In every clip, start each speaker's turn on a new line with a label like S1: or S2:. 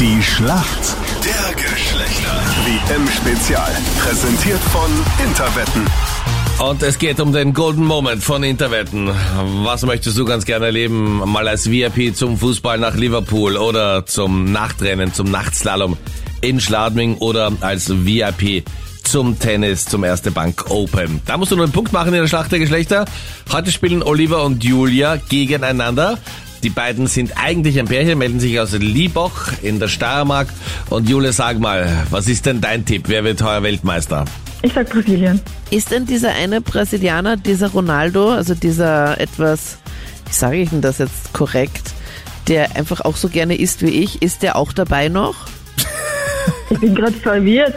S1: Die Schlacht der Geschlechter. WM-Spezial. Präsentiert von Interwetten.
S2: Und es geht um den Golden Moment von Interwetten. Was möchtest du ganz gerne erleben? Mal als VIP zum Fußball nach Liverpool oder zum Nachtrennen, zum Nachtslalom in Schladming oder als VIP zum Tennis, zum Erste Bank Open. Da musst du nur einen Punkt machen in der Schlacht der Geschlechter. Heute spielen Oliver und Julia gegeneinander. Die beiden sind eigentlich ein Pärchen, melden sich aus Liebach in der Steiermark. Und Julia, sag mal, was ist denn dein Tipp? Wer wird heuer Weltmeister?
S3: Ich sag Brasilien.
S4: Ist denn dieser eine Brasilianer, dieser Ronaldo, also dieser etwas, wie sage ich denn das jetzt korrekt, der einfach auch so gerne isst wie ich, ist der auch dabei noch?
S3: Ich bin gerade verwirrt.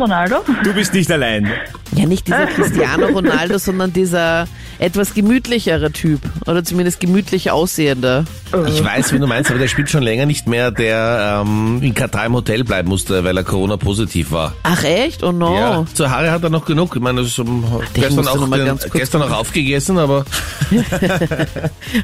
S3: Ronaldo?
S5: Du bist nicht allein.
S4: Ja, nicht dieser Cristiano Ronaldo, sondern dieser etwas gemütlichere Typ oder zumindest gemütlich aussehender.
S2: Ich weiß, wie du meinst, aber der spielt schon länger nicht mehr, der ähm, in Katar im Hotel bleiben musste, weil er Corona-positiv war.
S4: Ach echt? Oh no.
S2: Ja, zur Haare hat er noch genug. Ich meine, das ist um, gestern,
S4: musste noch
S2: auch,
S4: mal ganz kurz-
S2: gestern auch aufgegessen, aber,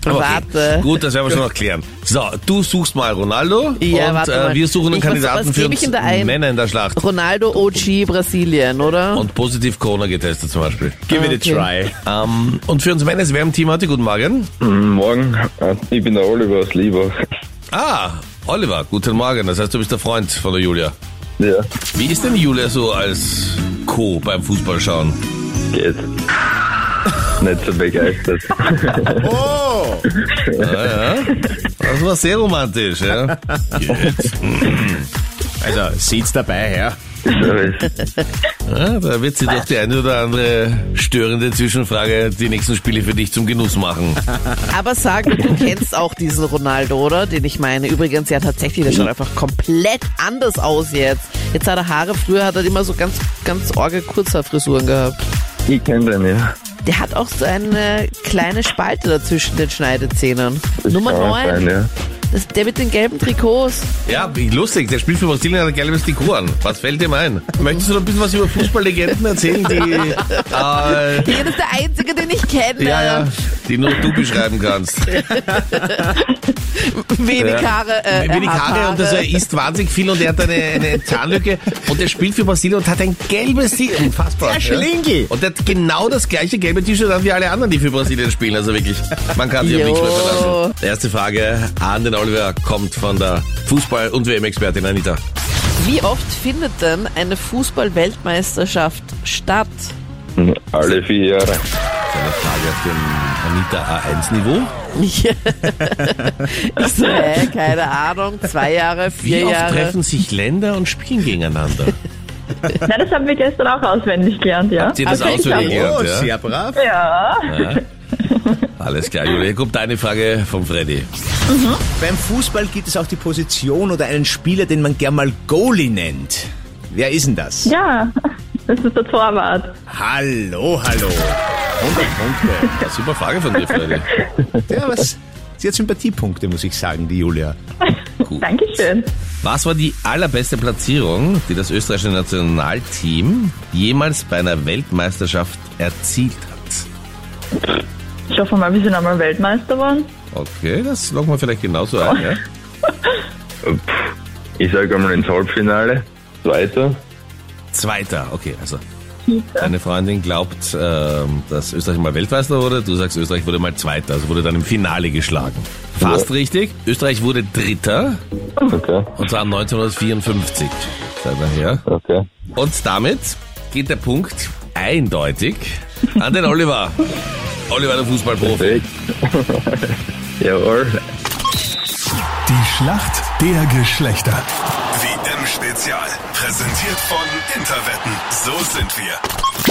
S2: aber
S4: Warte.
S2: gut, das werden wir schon noch klären. So, du suchst mal Ronaldo
S4: Ja,
S2: und
S4: warte mal.
S2: äh, wir suchen einen
S4: Ich muss-
S2: Kandidaten
S4: was
S2: für
S4: gebe ich
S2: uns
S4: denn da ein?
S2: Männer in der Schlacht.
S4: Ronaldo OG Brasilien, oder?
S2: Und positiv Corona getestet zum Beispiel.
S5: Give it
S4: Okay.
S5: a try.
S2: Ähm, und für uns Männer ist wer im Team heute? Guten Morgen.
S6: Guten Morgen, ich bin der Oliver aus Lieber.
S2: Ah, Oliver, guten Morgen. Das heißt, du bist der Freund von der Julia.
S6: Ja,
S2: Wie ist denn Julia so als Co beim Fußballschauen?
S6: geht. Nicht so begeistert.
S5: Oh!
S2: Ja, ja. Das war sehr romantisch, ja.
S5: Also, seht's dabei, ja.
S6: So ist-
S2: ja da wird sie doch die eine oder andere störende Zwischenfrage die nächsten Spiele für dich zum Genuss machen.
S4: Aber sag mir, du kennst auch diesen Ronaldo, oder? Den ich meine. Übrigens, ja tatsächlich,
S6: Mhm.
S4: der schaut einfach komplett anders aus jetzt. Jetzt hat er Haare, früher hat er immer so ganz, ganz orge Kurzhaarfrisuren gehabt.
S6: ich kenne den, ja.
S4: Der hat auch so eine kleine Spalte dazwischen den Schneidezähnen.
S6: Das
S4: Nummer
S6: kann man
S4: 9,
S6: Sein, ja.
S4: das, der mit den gelben Trikots.
S2: Ja, wie lustig. Der spielt für Brasilien hat ein gelbes Trikot an. Was fällt ihm ein? Möchtest du noch ein bisschen was über Fußballlegenden erzählen, die, äh,
S4: Hier ist der einzige, den ich kenne.
S2: ja, ja, die nur du beschreiben kannst?
S4: Wenig
S2: Ja.
S4: Haare. Äh,
S2: Wenig
S4: er hat
S2: Haare und also er isst wahnsinnig viel und er hat eine, eine Zahnlücke und er spielt für Brasilien und hat ein gelbes T-Shirt. Unfassbar.
S5: Der Schlingel.
S2: Und er hat genau das gleiche gelbe T-Shirt an wie alle anderen, die für Brasilien spielen. Also wirklich, man kann sich auf nichts mehr
S4: Jo.
S2: verlassen. Erste Frage an den Oliver kommt von der Fußball- und WM-Expertin Anita.
S4: Wie oft findet denn eine Fußball-Weltmeisterschaft statt?
S6: Alle vier Jahre.
S2: Eine Frage auf dem Anita A1-Niveau.
S4: Ich, ich so, hä, keine Ahnung, zwei Jahre,
S2: Wie
S4: vier
S2: oft
S4: Jahre.
S2: treffen sich Länder und spielen gegeneinander?
S3: Nein, das haben wir gestern auch auswendig gelernt, ja.
S2: Habt ihr das
S3: ich
S2: auswendig
S3: glaub-
S2: gelernt,
S5: Oh,
S2: ja?
S5: sehr brav.
S3: Ja.
S2: Alles klar, Julia. Hier kommt eine Frage von Freddy.
S5: Beim Fußball gibt es auch die Position oder einen Spieler, den man gern mal Goalie nennt. Wer ist denn das?
S3: Ja, das ist der Torwart.
S5: Hallo, hallo. 100 Punkte.
S2: Super Frage von dir, Freddy.
S5: Ja, was? Sie hat Sympathiepunkte, muss ich sagen, die Julia.
S3: Dankeschön.
S2: Was war die allerbeste Platzierung, die das österreichische Nationalteam jemals bei einer Weltmeisterschaft erzielt hat?
S3: Ich hoffe mal, wir sind einmal Weltmeister geworden.
S2: Okay, das loggen wir vielleicht genauso ein, ja?
S6: Ich sage einmal ins Halbfinale. Zweiter.
S2: Zweiter, okay, also. Deine Freundin glaubt, ähm, dass Österreich mal Weltmeister wurde. Du sagst, Österreich wurde mal Zweiter, also wurde dann im Finale geschlagen. Fast richtig. Österreich wurde Dritter,
S6: Okay,
S2: und zwar 1954. Seit daher.
S6: okay.
S2: Und damit geht der Punkt eindeutig an den Oliver. Oliver, der Fußballprofi.
S6: Weg. Jawohl.
S1: Die Schlacht der Geschlechter. WM-Spezial. Präsentiert von Interwetten. So sind wir.